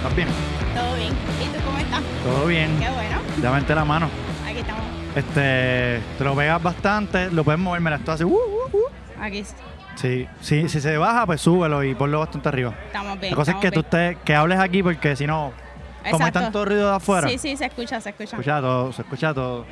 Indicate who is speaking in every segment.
Speaker 1: ¿Estás bien?
Speaker 2: Todo bien. ¿Y tú cómo estás?
Speaker 1: Todo bien.
Speaker 2: Qué bueno.
Speaker 1: Llámate la mano.
Speaker 2: Aquí estamos.
Speaker 1: Este, te lo pegas bastante, lo puedes mover, me la estoy así. uh, uh, uh.
Speaker 2: Aquí s-
Speaker 1: Sí, sí, si se baja, pues súbelo y ponlo bastante arriba.
Speaker 2: estamos bien.
Speaker 1: La cosa es que tú
Speaker 2: estamos
Speaker 1: estés, que hables aquí porque si no,
Speaker 2: bien.
Speaker 1: como hay
Speaker 2: Exacto.
Speaker 1: tanto ruido de afuera,
Speaker 2: Sí, sí, se escucha, se escucha.
Speaker 1: escucha todo, se escucha todo.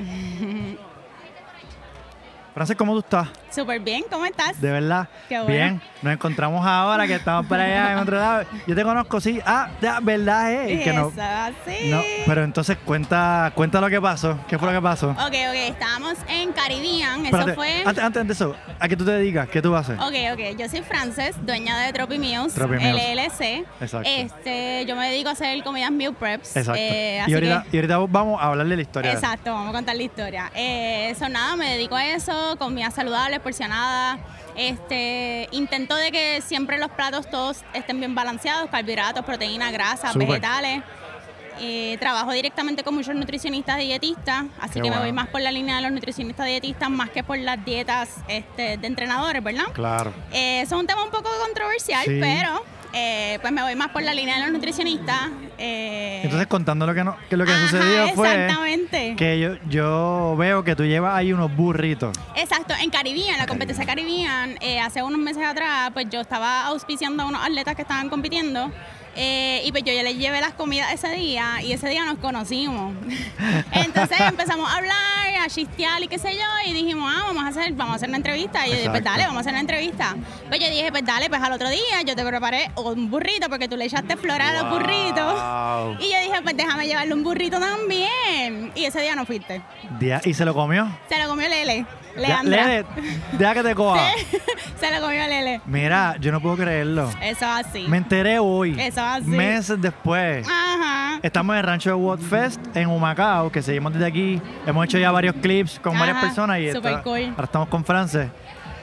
Speaker 1: Francis, ¿cómo tú estás?
Speaker 2: Súper bien, ¿cómo estás?
Speaker 1: De verdad.
Speaker 2: Qué bueno.
Speaker 1: Bien, nos encontramos ahora que estamos para allá en otro lado. Yo te conozco, sí. Ah, ya, verdad es. Que no,
Speaker 2: Esa, sí.
Speaker 1: no, pero entonces cuenta, cuenta lo que pasó. ¿Qué fue lo que pasó?
Speaker 2: Ok, ok, estábamos en Caribbean,
Speaker 1: Espérate,
Speaker 2: eso fue...
Speaker 1: antes, antes de eso, ¿a qué tú te dedicas? ¿Qué tú haces?
Speaker 2: Ok, ok, yo soy Frances, dueña de Tropi Meals,
Speaker 1: Tropi Meals.
Speaker 2: LLC.
Speaker 1: Exacto.
Speaker 2: Este, yo me dedico a hacer comidas meal preps.
Speaker 1: Exacto.
Speaker 2: eh, así
Speaker 1: y, ahorita,
Speaker 2: que-
Speaker 1: y ahorita vamos a hablarle la historia. de él.
Speaker 2: Exacto, vamos a contar la historia. Eh, eso nada, me dedico a eso, comidas saludables, porcionadas. Este, intento de que siempre los platos todos estén bien balanceados, carbohidratos, proteínas, grasas,
Speaker 1: Súper.
Speaker 2: vegetales. Eh, trabajo directamente con muchos nutricionistas dietistas, así
Speaker 1: Qué
Speaker 2: que me voy
Speaker 1: bueno.
Speaker 2: más por la línea de los nutricionistas dietistas más que por las dietas este, de entrenadores, ¿verdad?
Speaker 1: Claro.
Speaker 2: Eh, eso es un tema un poco controversial,
Speaker 1: Sí.
Speaker 2: pero eh, pues me voy más por la línea de los nutricionistas. eh,
Speaker 1: Entonces, contando lo que, no, que lo que
Speaker 2: ajá,
Speaker 1: sucedió fue
Speaker 2: exactamente.
Speaker 1: que yo, yo veo que tú llevas ahí unos burritos.
Speaker 2: Exacto, en Caribbean, la competencia Caribbean, eh, hace unos meses atrás, pues yo estaba auspiciando a unos atletas que estaban compitiendo. eh, y pues yo ya les llevé las comidas ese día y ese día nos conocimos. Entonces empezamos a hablar, a chistear y qué sé yo, y dijimos, ah, vamos a hacer, vamos a hacer una entrevista. Y yo dije, pues
Speaker 1: Exacto.
Speaker 2: dale, vamos a hacer una entrevista. Pues yo dije, pues dale, pues al otro día yo te preparé un burrito porque tú le echaste flor a los
Speaker 1: Wow.
Speaker 2: burritos. Y yo dije, pues déjame llevarle un burrito también. Y ese día no fuiste.
Speaker 1: Dia- ¿Y se lo comió?
Speaker 2: Se lo comió Lele.
Speaker 1: Ya-
Speaker 2: Leandra.
Speaker 1: Lele, deja que te coja.
Speaker 2: Se lo comió Lele.
Speaker 1: Mira, yo no puedo creerlo.
Speaker 2: Eso es así.
Speaker 1: Me enteré hoy.
Speaker 2: Eso es así.
Speaker 1: Meses después.
Speaker 2: Ajá.
Speaker 1: Estamos en el rancho de World Fest en Humacao, que seguimos desde aquí. Hemos hecho ya varios clips con
Speaker 2: Ajá,
Speaker 1: varias personas y
Speaker 2: súper
Speaker 1: está-
Speaker 2: cool.
Speaker 1: ahora estamos con Frances.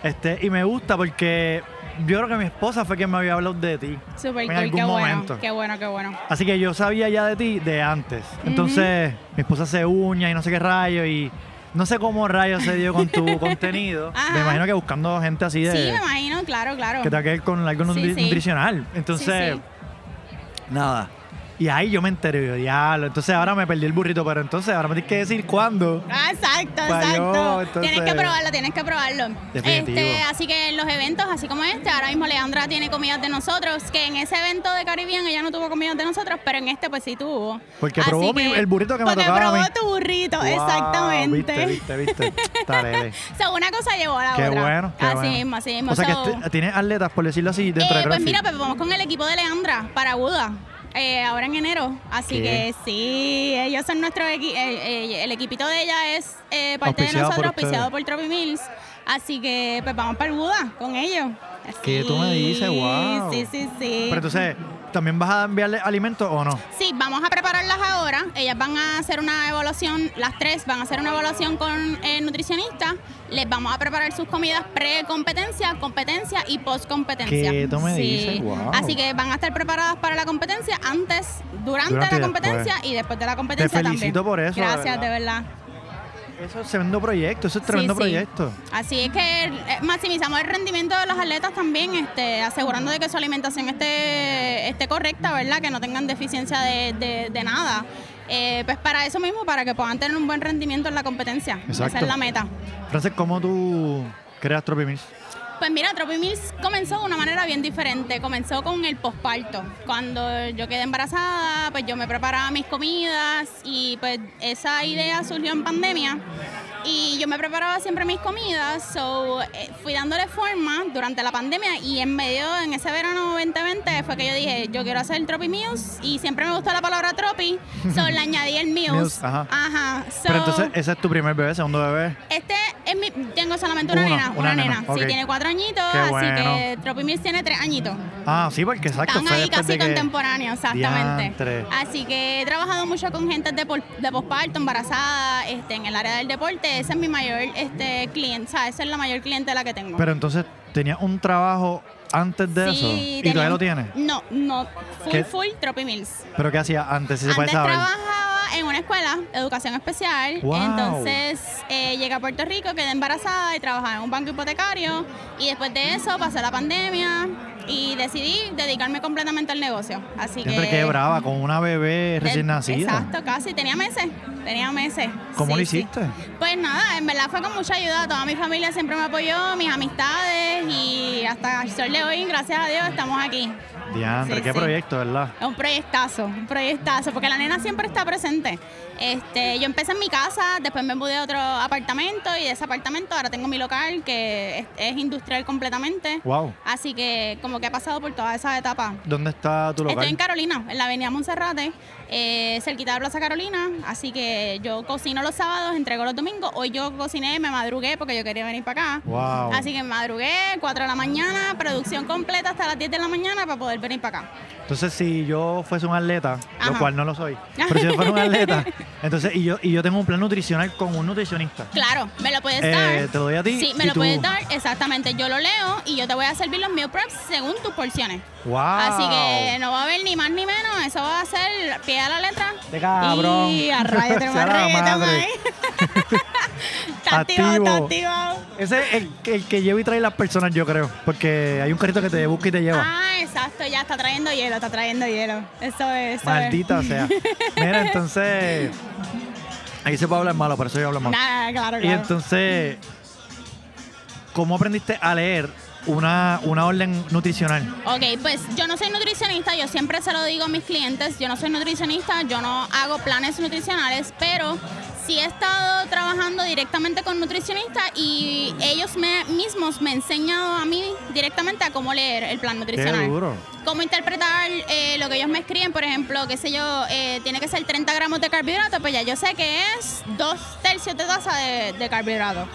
Speaker 1: Este, y me gusta porque yo creo que mi esposa fue quien me había hablado de ti.
Speaker 2: Super
Speaker 1: en
Speaker 2: cool.
Speaker 1: algún
Speaker 2: qué
Speaker 1: momento.
Speaker 2: bueno. Qué bueno, qué bueno.
Speaker 1: Así que yo sabía ya de ti de antes. Entonces, mi esposa se uña y no sé qué rayo y no sé cómo rayo se dio con tu contenido.
Speaker 2: Ajá.
Speaker 1: Me imagino que buscando gente así de
Speaker 2: Sí, me imagino, claro, claro.
Speaker 1: que tenga que ver con algo
Speaker 2: Sí,
Speaker 1: nutri-
Speaker 2: sí.
Speaker 1: nutricional. Entonces,
Speaker 2: Sí,
Speaker 1: nada. Y ahí yo me enteré, yo, diablo. Entonces ahora me perdí el burrito, pero entonces ahora me tienes que decir cuándo.
Speaker 2: Ah, Exacto,
Speaker 1: Falló,
Speaker 2: exacto.
Speaker 1: entonces-
Speaker 2: Tienes que probarlo, tienes que probarlo.
Speaker 1: Definitivo.
Speaker 2: Este, así que en los eventos, así como este, ahora mismo Leandra tiene comidas de nosotros, que en ese evento de Caribbean ella no tuvo comidas de nosotros, pero en este pues sí tuvo.
Speaker 1: Porque
Speaker 2: Así
Speaker 1: probó mi- el burrito que me
Speaker 2: porque
Speaker 1: tocaba a
Speaker 2: probó
Speaker 1: mí.
Speaker 2: tu burrito,
Speaker 1: Wow,
Speaker 2: exactamente.
Speaker 1: Viste, viste, viste. Dale,
Speaker 2: O sea, una cosa llevó a la
Speaker 1: Qué
Speaker 2: otra.
Speaker 1: bueno, qué
Speaker 2: así
Speaker 1: bueno.
Speaker 2: mismo, así mismo.
Speaker 1: O sea,
Speaker 2: So-
Speaker 1: que este- tienes atletas, por decirlo así, dentro
Speaker 2: Eh,
Speaker 1: de
Speaker 2: pues
Speaker 1: CrossFit.
Speaker 2: mira, pues vamos con el equipo de Leandra para Buda. eh, ahora en enero, así
Speaker 1: ¿Qué?
Speaker 2: que sí, ellos son nuestro equipo, el equipito de ella es eh, parte de
Speaker 1: Auspiciado por
Speaker 2: nosotros,
Speaker 1: ustedes.
Speaker 2: auspiciado por Tropi Mills, así que pues vamos para el Buda con ellos.
Speaker 1: ¿Qué tú me dices?
Speaker 2: Sí,
Speaker 1: Wow.
Speaker 2: Sí, sí, sí.
Speaker 1: Pero entonces, ¿también vas a enviarle alimentos o no?
Speaker 2: Sí, vamos a prepararlas ahora. Ellas van a hacer una evaluación, las tres van a hacer una evaluación con el nutricionista. Les vamos a preparar sus comidas pre-competencia, competencia y post-competencia.
Speaker 1: ¿Qué tú me dices? Guau.
Speaker 2: Así que van a estar preparadas para la competencia antes, durante,
Speaker 1: Durante y
Speaker 2: la competencia
Speaker 1: después.
Speaker 2: y después de la competencia
Speaker 1: felicito
Speaker 2: también.
Speaker 1: por eso, de
Speaker 2: Gracias,
Speaker 1: verdad.
Speaker 2: de verdad.
Speaker 1: Eso es tremendo proyecto, eso es tremendo
Speaker 2: Sí, sí.
Speaker 1: proyecto.
Speaker 2: Así es que eh, maximizamos el rendimiento de los atletas también, este, asegurando de que su alimentación esté, esté correcta, ¿verdad? Que no tengan deficiencia de, de- de nada. Eh, pues para eso mismo, para que puedan tener un buen rendimiento en la competencia.
Speaker 1: Exacto.
Speaker 2: Esa es la meta.
Speaker 1: Frances, ¿cómo tú creas Tropimils?
Speaker 2: Pues mira, Tropi Mills comenzó de una manera bien diferente. Comenzó con el posparto. Cuando yo quedé embarazada, pues yo me preparaba mis comidas y pues esa idea surgió en pandemia. Y yo me preparaba siempre mis comidas, so eh, fui dándole forma durante la pandemia y en medio, en ese verano 2020, fue que yo dije, yo quiero hacer Tropi Mills y siempre me gustó la palabra Tropi, so le añadí el Mills.
Speaker 1: Mills, ajá.
Speaker 2: Ajá, so-
Speaker 1: Pero entonces, ese es tu primer bebé, segundo bebé.
Speaker 2: este es mi. Tengo solamente una
Speaker 1: Uno,
Speaker 2: nena.
Speaker 1: una
Speaker 2: Una,
Speaker 1: nena,
Speaker 2: nena.
Speaker 1: ok.
Speaker 2: Sí, tiene cuatro añitos,
Speaker 1: Qué
Speaker 2: así
Speaker 1: bueno.
Speaker 2: que Tropimils tiene tres añitos.
Speaker 1: Ah, sí, porque exacto.
Speaker 2: Están
Speaker 1: fue
Speaker 2: ahí
Speaker 1: después
Speaker 2: casi
Speaker 1: de que-
Speaker 2: contemporáneos, exactamente.
Speaker 1: Diantre.
Speaker 2: Así que he trabajado mucho con gente de, pol- de posparto, embarazada, este, en el área del deporte. Esa es mi mayor este, cliente, o sea, esa es la mayor clientela que tengo.
Speaker 1: Pero entonces, ¿tenías un trabajo antes de eso?
Speaker 2: Sí,
Speaker 1: ¿Y todavía
Speaker 2: tenía un-
Speaker 1: lo tienes?
Speaker 2: No, no. Full,
Speaker 1: ¿Qué?
Speaker 2: full Tropimils.
Speaker 1: ¿Pero qué hacías antes, si se puede
Speaker 2: Antes
Speaker 1: saber?
Speaker 2: trabajaba en una escuela, educación especial.
Speaker 1: Wow.
Speaker 2: Entonces eh, llegué a Puerto Rico, quedé embarazada y trabajaba en un banco hipotecario. Y después de eso pasó la pandemia. y decidí dedicarme completamente al negocio. Así
Speaker 1: Siempre
Speaker 2: que...
Speaker 1: que brava con una bebé
Speaker 2: eh, Del-
Speaker 1: recién nacida.
Speaker 2: Exacto, casi. Tenía meses. Tenía meses.
Speaker 1: ¿Cómo
Speaker 2: Sí,
Speaker 1: lo
Speaker 2: sí.
Speaker 1: hiciste?
Speaker 2: Pues nada, en verdad fue con mucha ayuda. Toda mi familia siempre me apoyó, mis amistades y hasta el sol de hoy, gracias a Dios, estamos aquí.
Speaker 1: Diandre,
Speaker 2: Sí,
Speaker 1: qué
Speaker 2: sí.
Speaker 1: proyecto, ¿verdad?
Speaker 2: Es un proyectazo, un proyectazo, porque la nena siempre está presente. Este, yo empecé en mi casa, después me mudé a otro apartamento y de ese apartamento ahora tengo mi local que es, es industrial completamente.
Speaker 1: Wow.
Speaker 2: Así que como que he pasado por todas esas etapas.
Speaker 1: ¿Dónde está tu local?
Speaker 2: Estoy en Carolina, en la avenida Monserrate, eh, cerquita de Plaza Carolina, así que yo cocino los sábados, entrego los domingos. Hoy yo cociné, me madrugué porque yo quería venir para acá.
Speaker 1: Wow.
Speaker 2: Así que me madrugué, 4 de la mañana, producción completa hasta las 10 de la mañana para poder venir para acá.
Speaker 1: Entonces, si yo fuese un atleta, lo
Speaker 2: Ajá.
Speaker 1: cual no lo soy, pero si yo fuera un atleta, entonces, y yo, y yo tengo un plan nutricional con un nutricionista.
Speaker 2: Claro, me lo puedes
Speaker 1: Eh,
Speaker 2: dar.
Speaker 1: te lo doy a ti
Speaker 2: Sí, me
Speaker 1: y
Speaker 2: lo
Speaker 1: tú-
Speaker 2: puedes dar, exactamente. Yo lo leo y yo te voy a servir los meal preps según tus porciones.
Speaker 1: Wow.
Speaker 2: Así que no va a haber ni más ni menos, eso va a ser pie a la letra.
Speaker 1: De cabrón.
Speaker 2: Y a rayos, tenemos
Speaker 1: Sea la
Speaker 2: reggaetón
Speaker 1: madre.
Speaker 2: ahí. Está activado, está
Speaker 1: Activo.
Speaker 2: activado.
Speaker 1: Ese es el, el que lleva y trae las personas, yo creo. Porque hay un carrito que te busca y te lleva.
Speaker 2: Ah, exacto, ya está trayendo hielo, está trayendo hielo. Eso es. eso es.
Speaker 1: Maldita sea. Mira, entonces. Ahí se puede hablar malo, por eso yo hablo malo.
Speaker 2: Nada, claro, claro.
Speaker 1: Y entonces. ¿Cómo aprendiste a leer una, una orden nutricional?
Speaker 2: Ok, pues yo no soy nutricionista, yo siempre se lo digo a mis clientes, yo no soy nutricionista, yo no hago planes nutricionales, pero sí he estado trabajando directamente con nutricionistas y ellos me- mismos me han enseñado a mí directamente a cómo leer el plan nutricional.
Speaker 1: Qué duro.
Speaker 2: cómo interpretar eh, lo que ellos me escriben, por ejemplo, qué sé yo, eh, tiene que ser 30 gramos de carbohidrato, pues ya yo sé que es dos tercios de taza de, de carbohidrato.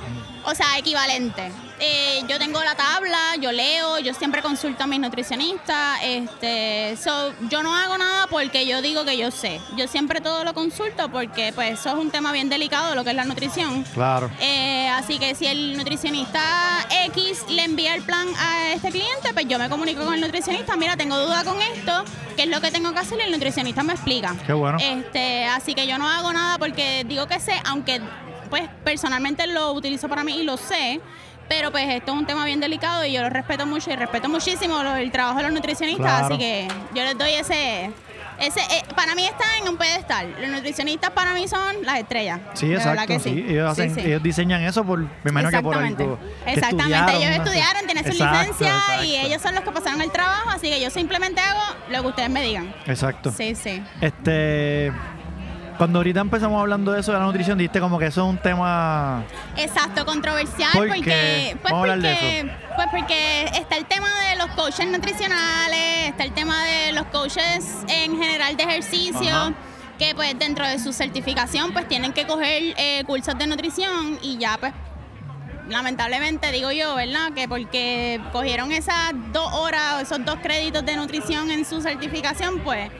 Speaker 2: O sea, equivalente. Eh, yo tengo la tabla, yo leo, yo siempre consulto a mis nutricionistas. Este, so, yo no hago nada porque yo digo que yo sé. Yo siempre todo lo consulto porque pues eso es un tema bien delicado, lo que es la nutrición.
Speaker 1: Claro.
Speaker 2: Eh, así que si el nutricionista X le envía el plan a este cliente, pues yo me comunico con el nutricionista, mira, tengo duda con esto, ¿qué es lo que tengo que hacer? Y el nutricionista me explica.
Speaker 1: Qué bueno.
Speaker 2: Este, así que yo no hago nada porque digo que sé, aunque pues personalmente lo utilizo para mí y lo sé, pero pues esto es un tema bien delicado y yo lo respeto mucho y respeto muchísimo lo- el trabajo de los nutricionistas,
Speaker 1: Claro.
Speaker 2: así que yo les doy ese... Ese, eh, para mí está en un pedestal. Los nutricionistas para mí son las estrellas.
Speaker 1: Sí,
Speaker 2: de verdad
Speaker 1: exacto.
Speaker 2: que
Speaker 1: sí. Ellos,
Speaker 2: Sí,
Speaker 1: hacen-
Speaker 2: sí.
Speaker 1: ellos diseñan eso por, me imagino que por
Speaker 2: Exactamente.
Speaker 1: algo. que
Speaker 2: Exactamente, ellos
Speaker 1: ¿no?
Speaker 2: estudiaron, tienen su
Speaker 1: Exacto,
Speaker 2: licencia y
Speaker 1: exacto.
Speaker 2: ellos son los que pasaron el trabajo, así que yo simplemente hago lo que ustedes me digan.
Speaker 1: Exacto.
Speaker 2: Sí, sí.
Speaker 1: Este. Cuando ahorita empezamos hablando de eso de la nutrición, dijiste como que eso es un tema.
Speaker 2: Exacto, controversial
Speaker 1: ¿Por qué?
Speaker 2: porque pues
Speaker 1: Vamos a
Speaker 2: porque,
Speaker 1: hablar de
Speaker 2: pues porque está el tema de los coaches nutricionales, está el tema de los coaches en general de ejercicio.
Speaker 1: Ajá.
Speaker 2: que pues dentro de su certificación pues tienen que coger eh, cursos de nutrición y ya pues lamentablemente digo yo, ¿verdad? Que porque cogieron esas dos horas o esos dos créditos de nutrición en su certificación, pues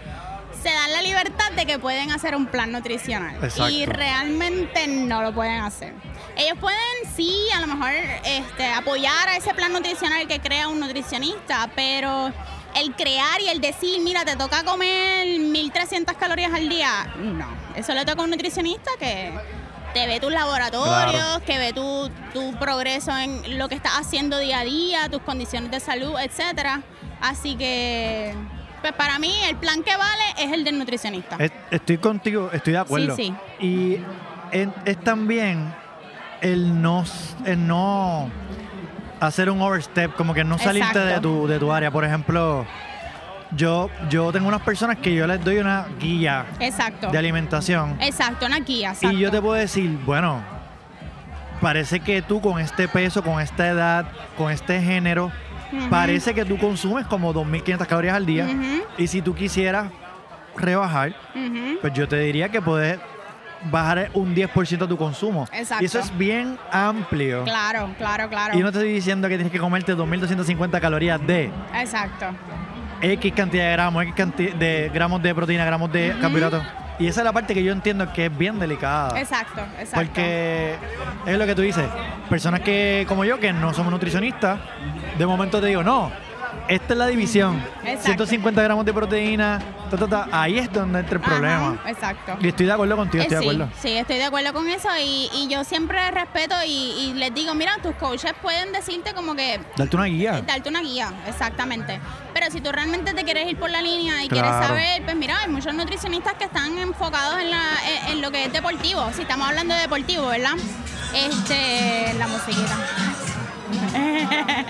Speaker 2: se dan la libertad de que pueden hacer un plan nutricional. Y
Speaker 1: Exacto.
Speaker 2: realmente no lo pueden hacer. Ellos pueden, sí, a lo mejor este, apoyar a ese plan nutricional que crea un nutricionista, pero el crear y el decir, mira, te toca comer 1300 calorías al día, no. Eso le toca a un nutricionista que te ve tus laboratorios,
Speaker 1: Claro.
Speaker 2: que ve tu, tu progreso en lo que estás haciendo día a día, tus condiciones de salud, etcétera. Así que, pues para mí, el plan que vale es el del nutricionista.
Speaker 1: Es- Estoy contigo, estoy de acuerdo.
Speaker 2: Sí,
Speaker 1: Y en- es también el no, s- el no hacer un overstep, como que no salirte
Speaker 2: Exacto.
Speaker 1: de tu, de tu área. Por ejemplo, yo, yo tengo unas personas que yo les doy una guía
Speaker 2: Exacto.
Speaker 1: de alimentación.
Speaker 2: Exacto, una guía. Exacto.
Speaker 1: Y yo te puedo decir, bueno, parece que tú con este peso, con esta edad, con este género,
Speaker 2: Ujú.
Speaker 1: parece que tú consumes como 2.500 calorías al día.
Speaker 2: Ujú,
Speaker 1: Y si tú quisieras rebajar,
Speaker 2: ujú.
Speaker 1: pues yo te diría que puedes bajar un 10% tu consumo.
Speaker 2: Exacto.
Speaker 1: Y eso es bien amplio.
Speaker 2: Claro, claro, claro.
Speaker 1: Y yo no te estoy diciendo que tienes que comerte 2.250 calorías de
Speaker 2: Exacto.
Speaker 1: X cantidad de gramos, X cantidad de gramos de proteína, gramos de carbohidratos. Y esa es la parte que yo entiendo que es bien delicada.
Speaker 2: Exacto, exacto.
Speaker 1: Ah. Porque es lo que tú dices. Personas que, como yo, que no somos nutricionistas, de momento te digo, no, esta es la división.
Speaker 2: Exacto.
Speaker 1: 150 gramos de proteína, ta, ta, ta. ahí es donde entra el problema.
Speaker 2: Ajá, exacto.
Speaker 1: Y estoy de acuerdo contigo,
Speaker 2: Eh,
Speaker 1: estoy de
Speaker 2: sí,
Speaker 1: acuerdo.
Speaker 2: sí, estoy de acuerdo con eso y, y yo siempre respeto y, y les digo, mira, tus coaches pueden decirte como que
Speaker 1: Darte una guía.
Speaker 2: darte una guía, exactamente. Pero si tú realmente te quieres ir por la línea y
Speaker 1: Claro.
Speaker 2: quieres saber, pues mira, hay muchos nutricionistas que están enfocados en, la, en, en lo que es deportivo, si estamos hablando de deportivo, ¿verdad? Este, la musiquita.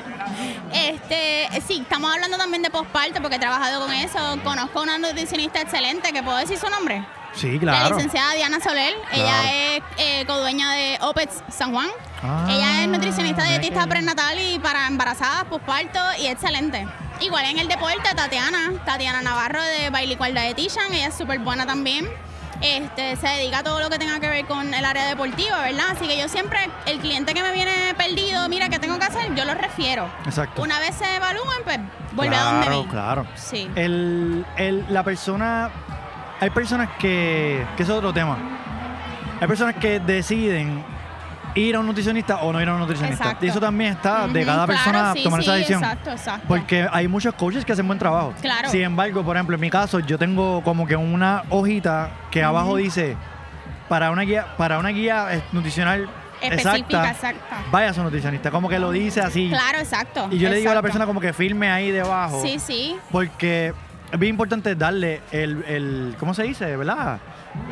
Speaker 2: Este, sí, estamos hablando también de postparto porque he trabajado con eso. Conozco a una nutricionista excelente que puedo decir su nombre.
Speaker 1: Sí,
Speaker 2: La
Speaker 1: claro.
Speaker 2: licenciada Diana Soler,
Speaker 1: Claro.
Speaker 2: ella es eh, codueña de OPEX San Juan.
Speaker 1: Ah,
Speaker 2: ella es nutricionista dietista
Speaker 1: ok.
Speaker 2: prenatal y para embarazadas, posparto y excelente. Igual en el deporte, Tatiana, Tatiana Navarro de Bailicual Dietitian, ella es súper buena también. Este, se dedica a todo lo que tenga que ver con el área deportiva, ¿verdad? Así que yo siempre, el cliente que me viene perdido, mira, ¿qué tengo que hacer? Yo lo refiero.
Speaker 1: Exacto.
Speaker 2: Una vez se evalúen, pues vuelve
Speaker 1: claro,
Speaker 2: a donde mí.
Speaker 1: claro.
Speaker 2: Sí.
Speaker 1: El, el- la persona. Hay personas que. que eso es otro tema. Hay personas que deciden ir a un nutricionista o no ir a un nutricionista.
Speaker 2: Exacto.
Speaker 1: Y eso también está de
Speaker 2: Ujú,
Speaker 1: cada
Speaker 2: claro,
Speaker 1: persona
Speaker 2: sí,
Speaker 1: tomar
Speaker 2: sí,
Speaker 1: esa decisión.
Speaker 2: Exacto, exacto.
Speaker 1: Porque hay muchos coaches que hacen buen trabajo.
Speaker 2: Claro.
Speaker 1: Sin embargo, por ejemplo, en mi caso, yo tengo como que una hojita que abajo dice para una guía, para una guía eh, nutricional exacta,
Speaker 2: Específica, exacta.
Speaker 1: vaya a su nutricionista. Como que lo dice así.
Speaker 2: Claro, exacto.
Speaker 1: Y yo le digo a la persona
Speaker 2: exacto.
Speaker 1: como que firme ahí debajo.
Speaker 2: Sí, sí.
Speaker 1: Porque es bien importante darle el, el ¿cómo se dice? ¿Verdad?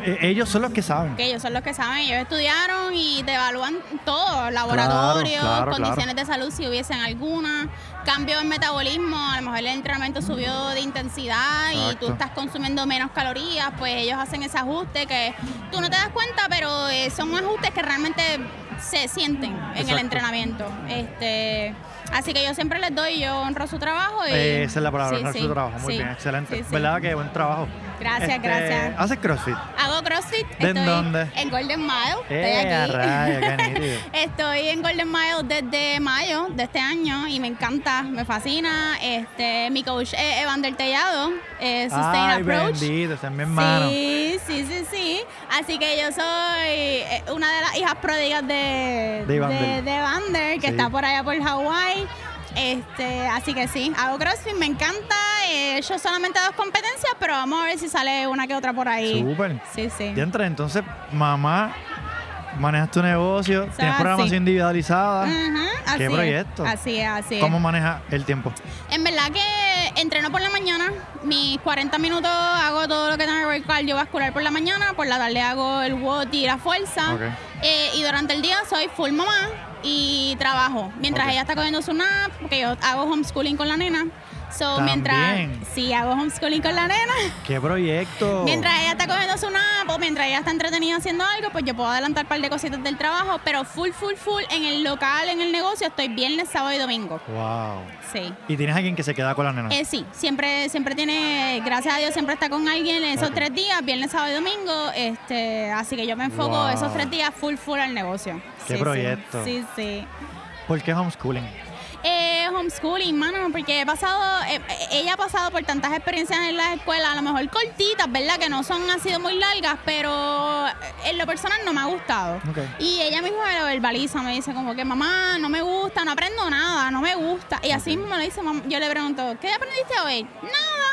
Speaker 1: Eh, ellos son los que saben.
Speaker 2: Que ellos son los que saben, ellos estudiaron y te evalúan todo, laboratorios,
Speaker 1: claro,
Speaker 2: condiciones de salud si hubiesen alguna, cambio en metabolismo, a lo mejor el entrenamiento subió de intensidad y
Speaker 1: Exacto.
Speaker 2: tú estás consumiendo menos calorías, pues ellos hacen ese ajuste que tú no te das cuenta, pero eh, son ajustes que realmente se sienten en
Speaker 1: Exacto.
Speaker 2: el entrenamiento. Este, así que yo siempre les doy, yo honro su trabajo y
Speaker 1: Eh, esa es la palabra,
Speaker 2: Sí,
Speaker 1: honrar
Speaker 2: sí,
Speaker 1: su trabajo. Muy
Speaker 2: sí,
Speaker 1: bien, excelente. Pues
Speaker 2: sí, sí.
Speaker 1: ¿Verdad que buen trabajo?
Speaker 2: Gracias,
Speaker 1: Este,
Speaker 2: gracias.
Speaker 1: ¿Haces CrossFit?
Speaker 2: Hago CrossFit.
Speaker 1: ¿De
Speaker 2: estoy
Speaker 1: dónde?
Speaker 2: En Golden Mile.
Speaker 1: Eh, a
Speaker 2: estoy aquí.
Speaker 1: rayos, qué nítido.
Speaker 2: estoy en Golden Mile desde mayo de este año y me encanta, me fascina. Este, mi coach es Evander Tellado, eh, Sustain
Speaker 1: Ay,
Speaker 2: Approach.
Speaker 1: bendito, ese es mi hermano.
Speaker 2: Sí, sí, sí, sí. Así que yo soy eh, una de las hijas pródigas de,
Speaker 1: De Evander.
Speaker 2: de- de Evander, que
Speaker 1: Sí.
Speaker 2: está por allá por Hawái. Este, así que sí, hago CrossFit, me encanta. Eh, yo solamente dos competencias, pero vamos a ver si sale una que otra por ahí.
Speaker 1: Súper.
Speaker 2: Sí, sí.
Speaker 1: Ya entra, entonces, mamá, manejas tu negocio,
Speaker 2: sea,
Speaker 1: tienes programación
Speaker 2: sí.
Speaker 1: individualizada.
Speaker 2: Mm, Ajá,
Speaker 1: ¿Qué
Speaker 2: así
Speaker 1: proyecto?
Speaker 2: Es, así es, así es.
Speaker 1: ¿Cómo manejas el tiempo?
Speaker 2: En verdad que entreno por la mañana, mis 40 minutos hago todo lo que tengo que ver con cardiovascular por la mañana, por la tarde hago el WOD y la fuerza.
Speaker 1: Ok.
Speaker 2: Eh, y durante el día soy full mamá y trabajo. Mientras
Speaker 1: Ok.
Speaker 2: ella está cogiendo su nap, porque yo hago homeschooling con la nena. So,
Speaker 1: También.
Speaker 2: mientras sí hago homeschooling con la nena,
Speaker 1: ¿Qué proyecto?
Speaker 2: mientras ella está cogiendo su nap o mientras ella está entretenida haciendo algo, pues yo puedo adelantar un par de cositas del trabajo, pero full, full, full en el local, en el negocio, estoy viernes, sábado y domingo.
Speaker 1: Wow.
Speaker 2: Sí.
Speaker 1: Y tienes alguien que se queda con la nena.
Speaker 2: Eh, sí, siempre, siempre tiene, gracias a Dios, siempre está con alguien en esos
Speaker 1: Ok.
Speaker 2: tres días, viernes, sábado y domingo. Este, así que yo me enfoco
Speaker 1: Wow.
Speaker 2: esos tres días full, full al negocio.
Speaker 1: Qué proyecto.
Speaker 2: Sí, sí.
Speaker 1: ¿Por qué homeschooling?
Speaker 2: Eh, homeschooling, mano, porque he pasado, eh, eh, ella ha pasado por tantas experiencias en las escuelas, a lo mejor cortitas, ¿verdad? Que no son, han sido muy largas, pero eh, en lo personal no me ha gustado.
Speaker 1: Ok.
Speaker 2: Y ella misma me lo verbaliza, me dice como que mamá, no me gusta, no aprendo nada, no me gusta. Y así mismo lo dice, mam- yo le pregunto, ¿qué aprendiste hoy? Nada.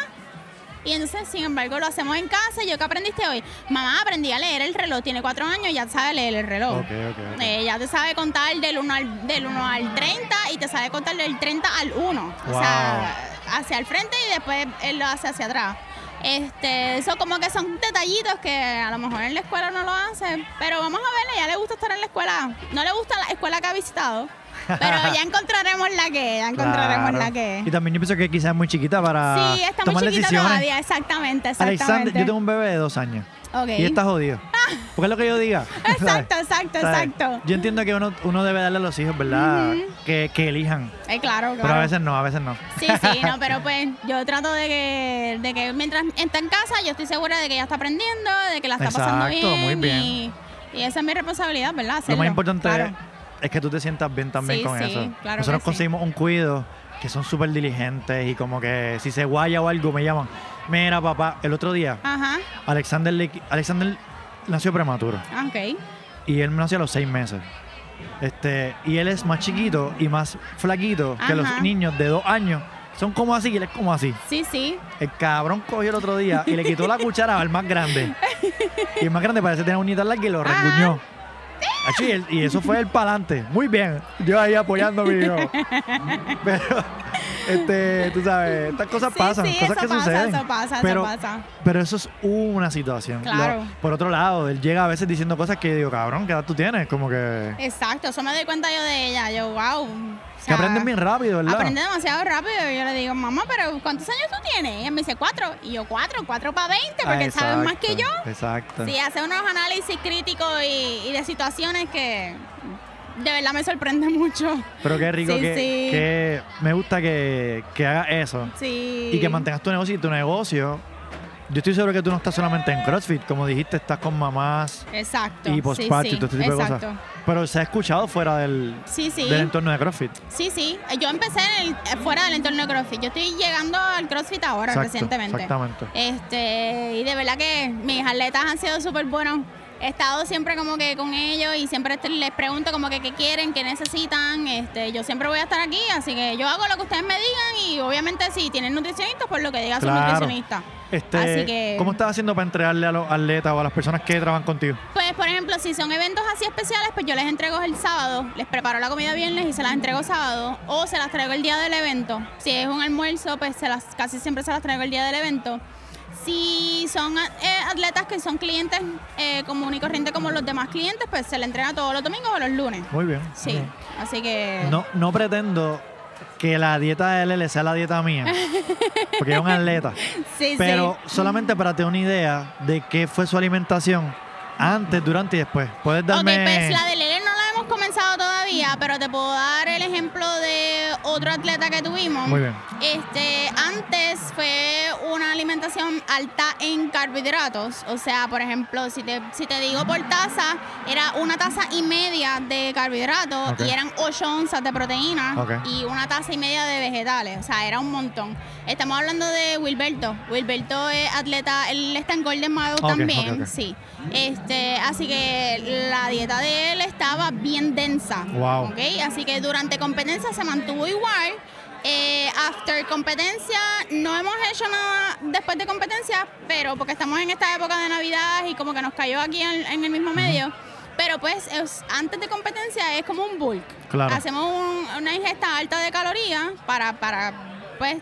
Speaker 2: Y entonces, sin embargo, lo hacemos en casa. y Yo, ¿qué aprendiste hoy? Mamá, aprendí a leer el reloj. Tiene cuatro años, ya sabe leer el reloj.
Speaker 1: Ok, ok, ok.
Speaker 2: Ella Eh, te sabe contar del 1 al, del 1 al 30 y te sabe contar del 30 al 1.
Speaker 1: Wow.
Speaker 2: O sea, hacia el frente y después él lo hace hacia atrás. Este, eso como que son detallitos que a lo mejor en la escuela no lo hace, pero vamos a verle, ya le gusta estar en la escuela. No le gusta la escuela que ha visitado, pero ya encontraremos la que, ya encontraremos
Speaker 1: Claro.
Speaker 2: la que.
Speaker 1: Y también yo pienso que quizás es muy chiquita para
Speaker 2: Sí, está muy
Speaker 1: tomar
Speaker 2: chiquita
Speaker 1: decisiones.
Speaker 2: todavía, exactamente, exactamente.
Speaker 1: Alexander, yo tengo un bebé de dos años.
Speaker 2: Ok.
Speaker 1: Y está jodido. Porque es lo que yo diga.
Speaker 2: Ah. Exacto, exacto,
Speaker 1: ¿Sabes?
Speaker 2: exacto.
Speaker 1: Yo entiendo que uno, uno debe darle a los hijos, ¿verdad? que, que elijan.
Speaker 2: Eh, claro, claro.
Speaker 1: Pero a veces no, a veces no.
Speaker 2: Sí, sí, no, pero pues yo trato de que, de que mientras está en casa, yo estoy segura de que ella está aprendiendo, de que la está pasando
Speaker 1: Exacto,
Speaker 2: bien.
Speaker 1: muy bien.
Speaker 2: Y, y esa es mi responsabilidad, ¿verdad?
Speaker 1: Lo
Speaker 2: Hacerlo,
Speaker 1: más importante
Speaker 2: claro.
Speaker 1: es que tú te sientas bien también
Speaker 2: Sí,
Speaker 1: con
Speaker 2: sí,
Speaker 1: eso.
Speaker 2: claro que
Speaker 1: Nosotros
Speaker 2: sí.
Speaker 1: conseguimos un cuido que son súper diligentes y como que si se guaya o algo me llaman. Mira, papá, el otro día
Speaker 2: Ajá,
Speaker 1: Alexander, le- Alexander nació prematuro
Speaker 2: ah, ok.
Speaker 1: y él nació a los seis meses. Este, y él es más chiquito y más flaquito que los
Speaker 2: Ajá.
Speaker 1: niños de dos años Son como así y él es como así.
Speaker 2: Sí, sí.
Speaker 1: El cabrón cogió el otro día y le quitó la cuchara al más grande. Y el más grande parece tener un larga y lo
Speaker 2: Ah.
Speaker 1: reguñó. Acho, y, el- y eso fue el pa'lante. Muy bien. Yo ahí apoyando a mi hijo. Pero, este, tú sabes, estas cosas
Speaker 2: Sí,
Speaker 1: pasan,
Speaker 2: sí,
Speaker 1: cosas
Speaker 2: eso
Speaker 1: que
Speaker 2: pasa,
Speaker 1: suceden.
Speaker 2: eso pasa, eso
Speaker 1: pero,
Speaker 2: pasa.
Speaker 1: Pero eso es una situación.
Speaker 2: Claro.
Speaker 1: Lo- por otro lado, él llega a veces diciendo cosas que digo, cabrón, ¿qué edad tú tienes? Como que.
Speaker 2: Exacto, eso me doy cuenta yo de ella. Yo, wow.
Speaker 1: que aprenden bien rápido, ¿verdad?
Speaker 2: Aprende demasiado rápido. Yo le digo, mamá, pero ¿cuántos años tú tienes? Y ella me dice, cuatro. Y yo, cuatro, cuatro para veinte,
Speaker 1: Ah,
Speaker 2: porque sabes más
Speaker 1: exacto,
Speaker 2: que yo.
Speaker 1: Exacto.
Speaker 2: Sí, hace unos análisis críticos y, y de situaciones que de verdad me sorprende mucho.
Speaker 1: Pero qué rico
Speaker 2: Sí,
Speaker 1: que,
Speaker 2: sí.
Speaker 1: que me gusta que, que hagas eso.
Speaker 2: Sí.
Speaker 1: Y que mantengas tu negocio y tu negocio. Yo estoy seguro que tú no estás solamente en CrossFit, como dijiste, estás con mamás
Speaker 2: Exacto.
Speaker 1: y
Speaker 2: sí,
Speaker 1: postparty
Speaker 2: sí,
Speaker 1: y todo este tipo de
Speaker 2: exacto.
Speaker 1: cosas. Pero se ha escuchado fuera del,
Speaker 2: Sí, sí.
Speaker 1: del entorno de CrossFit.
Speaker 2: Sí, sí. Yo empecé en el- eh, fuera del entorno de CrossFit. Yo estoy llegando al CrossFit ahora
Speaker 1: Exacto,
Speaker 2: recientemente.
Speaker 1: Exactamente.
Speaker 2: Este, y de verdad que mis atletas han sido súper buenos. He estado siempre como que con ellos y siempre te- les pregunto como que qué quieren, qué necesitan. Este, yo siempre voy a estar aquí, así que yo hago lo que ustedes me digan y obviamente si tienen nutricionistas, pues lo que diga
Speaker 1: Claro.
Speaker 2: su nutricionista.
Speaker 1: Este,
Speaker 2: Así que-
Speaker 1: ¿Cómo estás haciendo para entregarle a los atletas o a las personas que trabajan contigo?
Speaker 2: Pues, por ejemplo, si son eventos así especiales, pues yo les entrego el sábado, les preparo la comida viernes y se las entrego sábado, o se las traigo el día del evento. Si es un almuerzo, pues se las, casi siempre se las traigo el día del evento. Si son a- eh, atletas que son clientes eh, común y corriente como los demás clientes, pues se le entrega todos los domingos o los lunes.
Speaker 1: Muy bien.
Speaker 2: Sí,
Speaker 1: muy bien.
Speaker 2: así que...
Speaker 1: No, no pretendo que la dieta de LL sea la dieta mía, porque es un atleta.
Speaker 2: sí,
Speaker 1: Pero
Speaker 2: sí.
Speaker 1: solamente para tener una idea de qué fue su alimentación antes, durante y después. Puedes darme.
Speaker 2: Ok, pues la de Lele no la hemos comenzado todavía, pero te puedo dar el ejemplo de otro atleta que tuvimos.
Speaker 1: Muy bien.
Speaker 2: Este, antes fue una alimentación alta en carbohidratos. O sea, por ejemplo, si te, si te digo por taza, era una taza y media de carbohidratos
Speaker 1: Ok.
Speaker 2: y eran 8 onzas de proteína
Speaker 1: Ok.
Speaker 2: y una taza y media de vegetales. O sea, era un montón. Estamos hablando de Wilberto. Wilberto es atleta, él está en Golden Model
Speaker 1: Ok,
Speaker 2: también,
Speaker 1: ok, ok.
Speaker 2: sí. Este, así que la dieta de él estaba bien densa.
Speaker 1: Wow.
Speaker 2: ¿ok? Así que durante competencia se mantuvo igual. Eh, after competencia no hemos hecho nada después de competencia, pero porque estamos en esta época de Navidad y como que nos cayó aquí en, en el mismo medio. Pero pues es- antes de competencia es como un bulk.
Speaker 1: Claro.
Speaker 2: Hacemos un- una ingesta alta de calorías para, para pues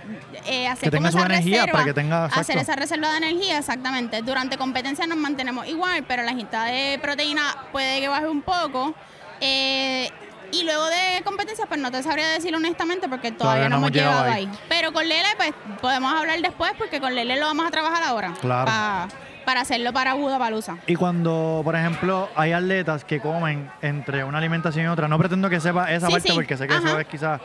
Speaker 2: eh, hacer
Speaker 1: Que tenga
Speaker 2: como
Speaker 1: su
Speaker 2: esa
Speaker 1: energía,
Speaker 2: reserva,
Speaker 1: para que tenga- exacto.
Speaker 2: hacer esa reserva de energía, exactamente. Durante competencia nos mantenemos igual, pero la ingesta de proteína puede que baje un poco. Eh, y luego de competencia, pues no te sabría decir honestamente porque todavía, no hemos llegado ahí. Pero con Lele, pues podemos hablar después porque con Lele lo vamos a trabajar ahora.
Speaker 1: Claro.
Speaker 2: pa- para hacerlo para Budapalusa.
Speaker 1: Y cuando, por ejemplo, hay atletas que comen entre una alimentación y otra, no pretendo que sepa esa
Speaker 2: Sí,
Speaker 1: parte
Speaker 2: sí,
Speaker 1: porque sé que eso
Speaker 2: ajá.
Speaker 1: es quizás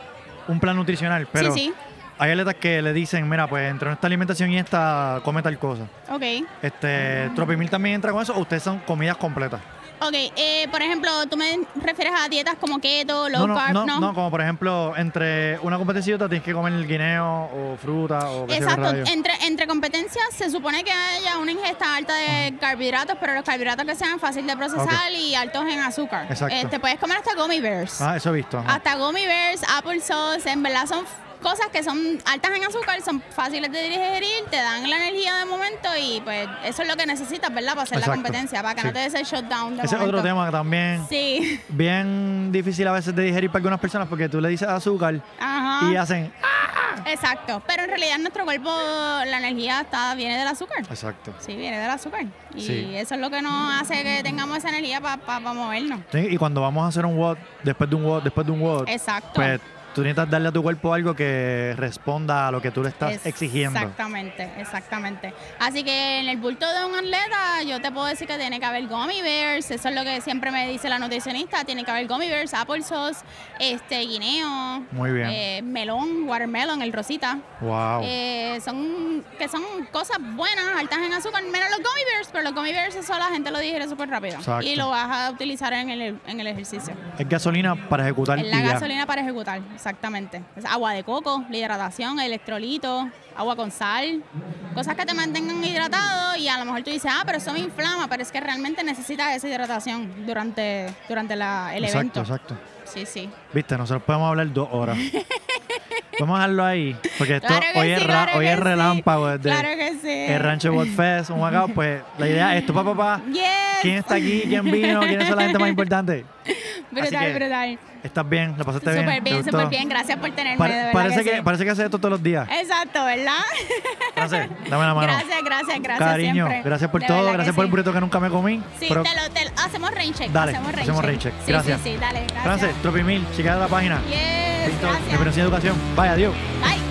Speaker 1: un plan nutricional, pero
Speaker 2: sí, sí.
Speaker 1: hay atletas que le dicen, mira, pues entre esta alimentación y esta, come tal cosa.
Speaker 2: Ok.
Speaker 1: Este, Tropimil también entra con eso, o ustedes son comidas completas.
Speaker 2: Ok. eh, por ejemplo, tú me refieres a dietas como keto,
Speaker 1: no,
Speaker 2: low
Speaker 1: no,
Speaker 2: carb,
Speaker 1: no, no, como por ejemplo, entre una competencia y otra tienes que comer guineo o fruta o qué sé yo,
Speaker 2: Exacto,
Speaker 1: rayos.
Speaker 2: entre, entre competencias se supone que haya una ingesta alta de carbohidratos, pero los carbohidratos que sean fácil de procesar y altos en azúcar.
Speaker 1: Exacto.
Speaker 2: Eh, te puedes comer hasta gummy bears.
Speaker 1: Ah, eso he visto. ajá.
Speaker 2: Hasta gummy bears, apple sauce, en verdad son f- cosas que son altas en azúcar, son fáciles de digerir, te dan la energía de momento y pues eso es lo que necesitas, ¿verdad? Para hacer
Speaker 1: Exacto,
Speaker 2: la competencia, para que
Speaker 1: sí.
Speaker 2: no te des el shutdown de
Speaker 1: Ese es otro
Speaker 2: momento.
Speaker 1: tema también.
Speaker 2: Sí,
Speaker 1: Bien difícil a veces de digerir para algunas personas porque tú le dices azúcar
Speaker 2: ajá.
Speaker 1: y hacen.
Speaker 2: Exacto, pero en realidad nuestro cuerpo, la energía está viene del azúcar.
Speaker 1: Exacto.
Speaker 2: Sí, viene del azúcar. Y
Speaker 1: Sí.
Speaker 2: eso es lo que nos hace que tengamos esa energía para movernos.
Speaker 1: Y cuando vamos a hacer un WOD, después de un WOD, después de un WOD,
Speaker 2: Exacto.
Speaker 1: pues tú necesitas darle a tu cuerpo algo que responda a lo que tú le estás
Speaker 2: Es-
Speaker 1: exigiendo.
Speaker 2: Exactamente, exactamente. Así que en el bulto de un atleta, yo te puedo decir que tiene que haber gummy bears, eso es lo que siempre me dice la nutricionista, tiene que haber gummy bears, apple sauce, este, guineo,
Speaker 1: Muy bien.
Speaker 2: eh, melón, watermelon, el rosita.
Speaker 1: wow.
Speaker 2: Eh, son que son cosas buenas, altas en azúcar, menos los gummy bears, pero los gummy bears eso la gente lo digiere súper rápido
Speaker 1: Exacto.
Speaker 2: y lo vas a utilizar en el, en el ejercicio.
Speaker 1: es gasolina para ejecutar
Speaker 2: Es la
Speaker 1: y ya.
Speaker 2: gasolina para ejecutar, exactamente. Es agua de coco, la hidratación, electrolito, agua con sal, cosas que te mantengan hidratado y a lo mejor tú dices, ah, pero eso me inflama, pero es que realmente necesitas esa hidratación durante, durante la- el
Speaker 1: Exacto,
Speaker 2: evento.
Speaker 1: exacto.
Speaker 2: Sí, sí.
Speaker 1: Viste, nosotros podemos hablar dos horas. Vamos a dejarlo ahí, porque esto
Speaker 2: Claro que
Speaker 1: hoy, es,
Speaker 2: sí,
Speaker 1: ra-
Speaker 2: claro
Speaker 1: hoy
Speaker 2: que
Speaker 1: es
Speaker 2: sí.
Speaker 1: relámpago de-
Speaker 2: Claro que sí.
Speaker 1: el Rancho World Fest, un Humacao, pues la idea es tu papá, papá,
Speaker 2: Yes.
Speaker 1: quién está aquí, quién vino, quiénes son la gente más importante.
Speaker 2: Brutal,
Speaker 1: que,
Speaker 2: brutal.
Speaker 1: ¿Estás bien? ¿La pasaste bien?
Speaker 2: Súper
Speaker 1: ¿Te
Speaker 2: bien,
Speaker 1: gustó?
Speaker 2: súper bien. Gracias por tenerme.
Speaker 1: Pa-
Speaker 2: de verdad
Speaker 1: parece, que,
Speaker 2: sí.
Speaker 1: parece que haces esto todos los días.
Speaker 2: Exacto, ¿verdad?
Speaker 1: Gracias, dame la mano.
Speaker 2: Gracias, gracias, gracias.
Speaker 1: Cariño,
Speaker 2: siempre.
Speaker 1: gracias por
Speaker 2: De
Speaker 1: todo,
Speaker 2: verdad que
Speaker 1: gracias por
Speaker 2: sí.
Speaker 1: el burrito que nunca me comí.
Speaker 2: Sí,
Speaker 1: pero-
Speaker 2: te lo, te lo- hacemos rain check.
Speaker 1: Dale,
Speaker 2: hacemos rain
Speaker 1: hacemos
Speaker 2: check.
Speaker 1: rain check.
Speaker 2: Sí,
Speaker 1: Gracias.
Speaker 2: Sí, sí, dale, gracias.
Speaker 1: Frances, Tropimil, chica de la página.
Speaker 2: Yes,
Speaker 1: Listo,
Speaker 2: gracias.
Speaker 1: Referencia de Educación. Vaya, adiós.
Speaker 2: Bye.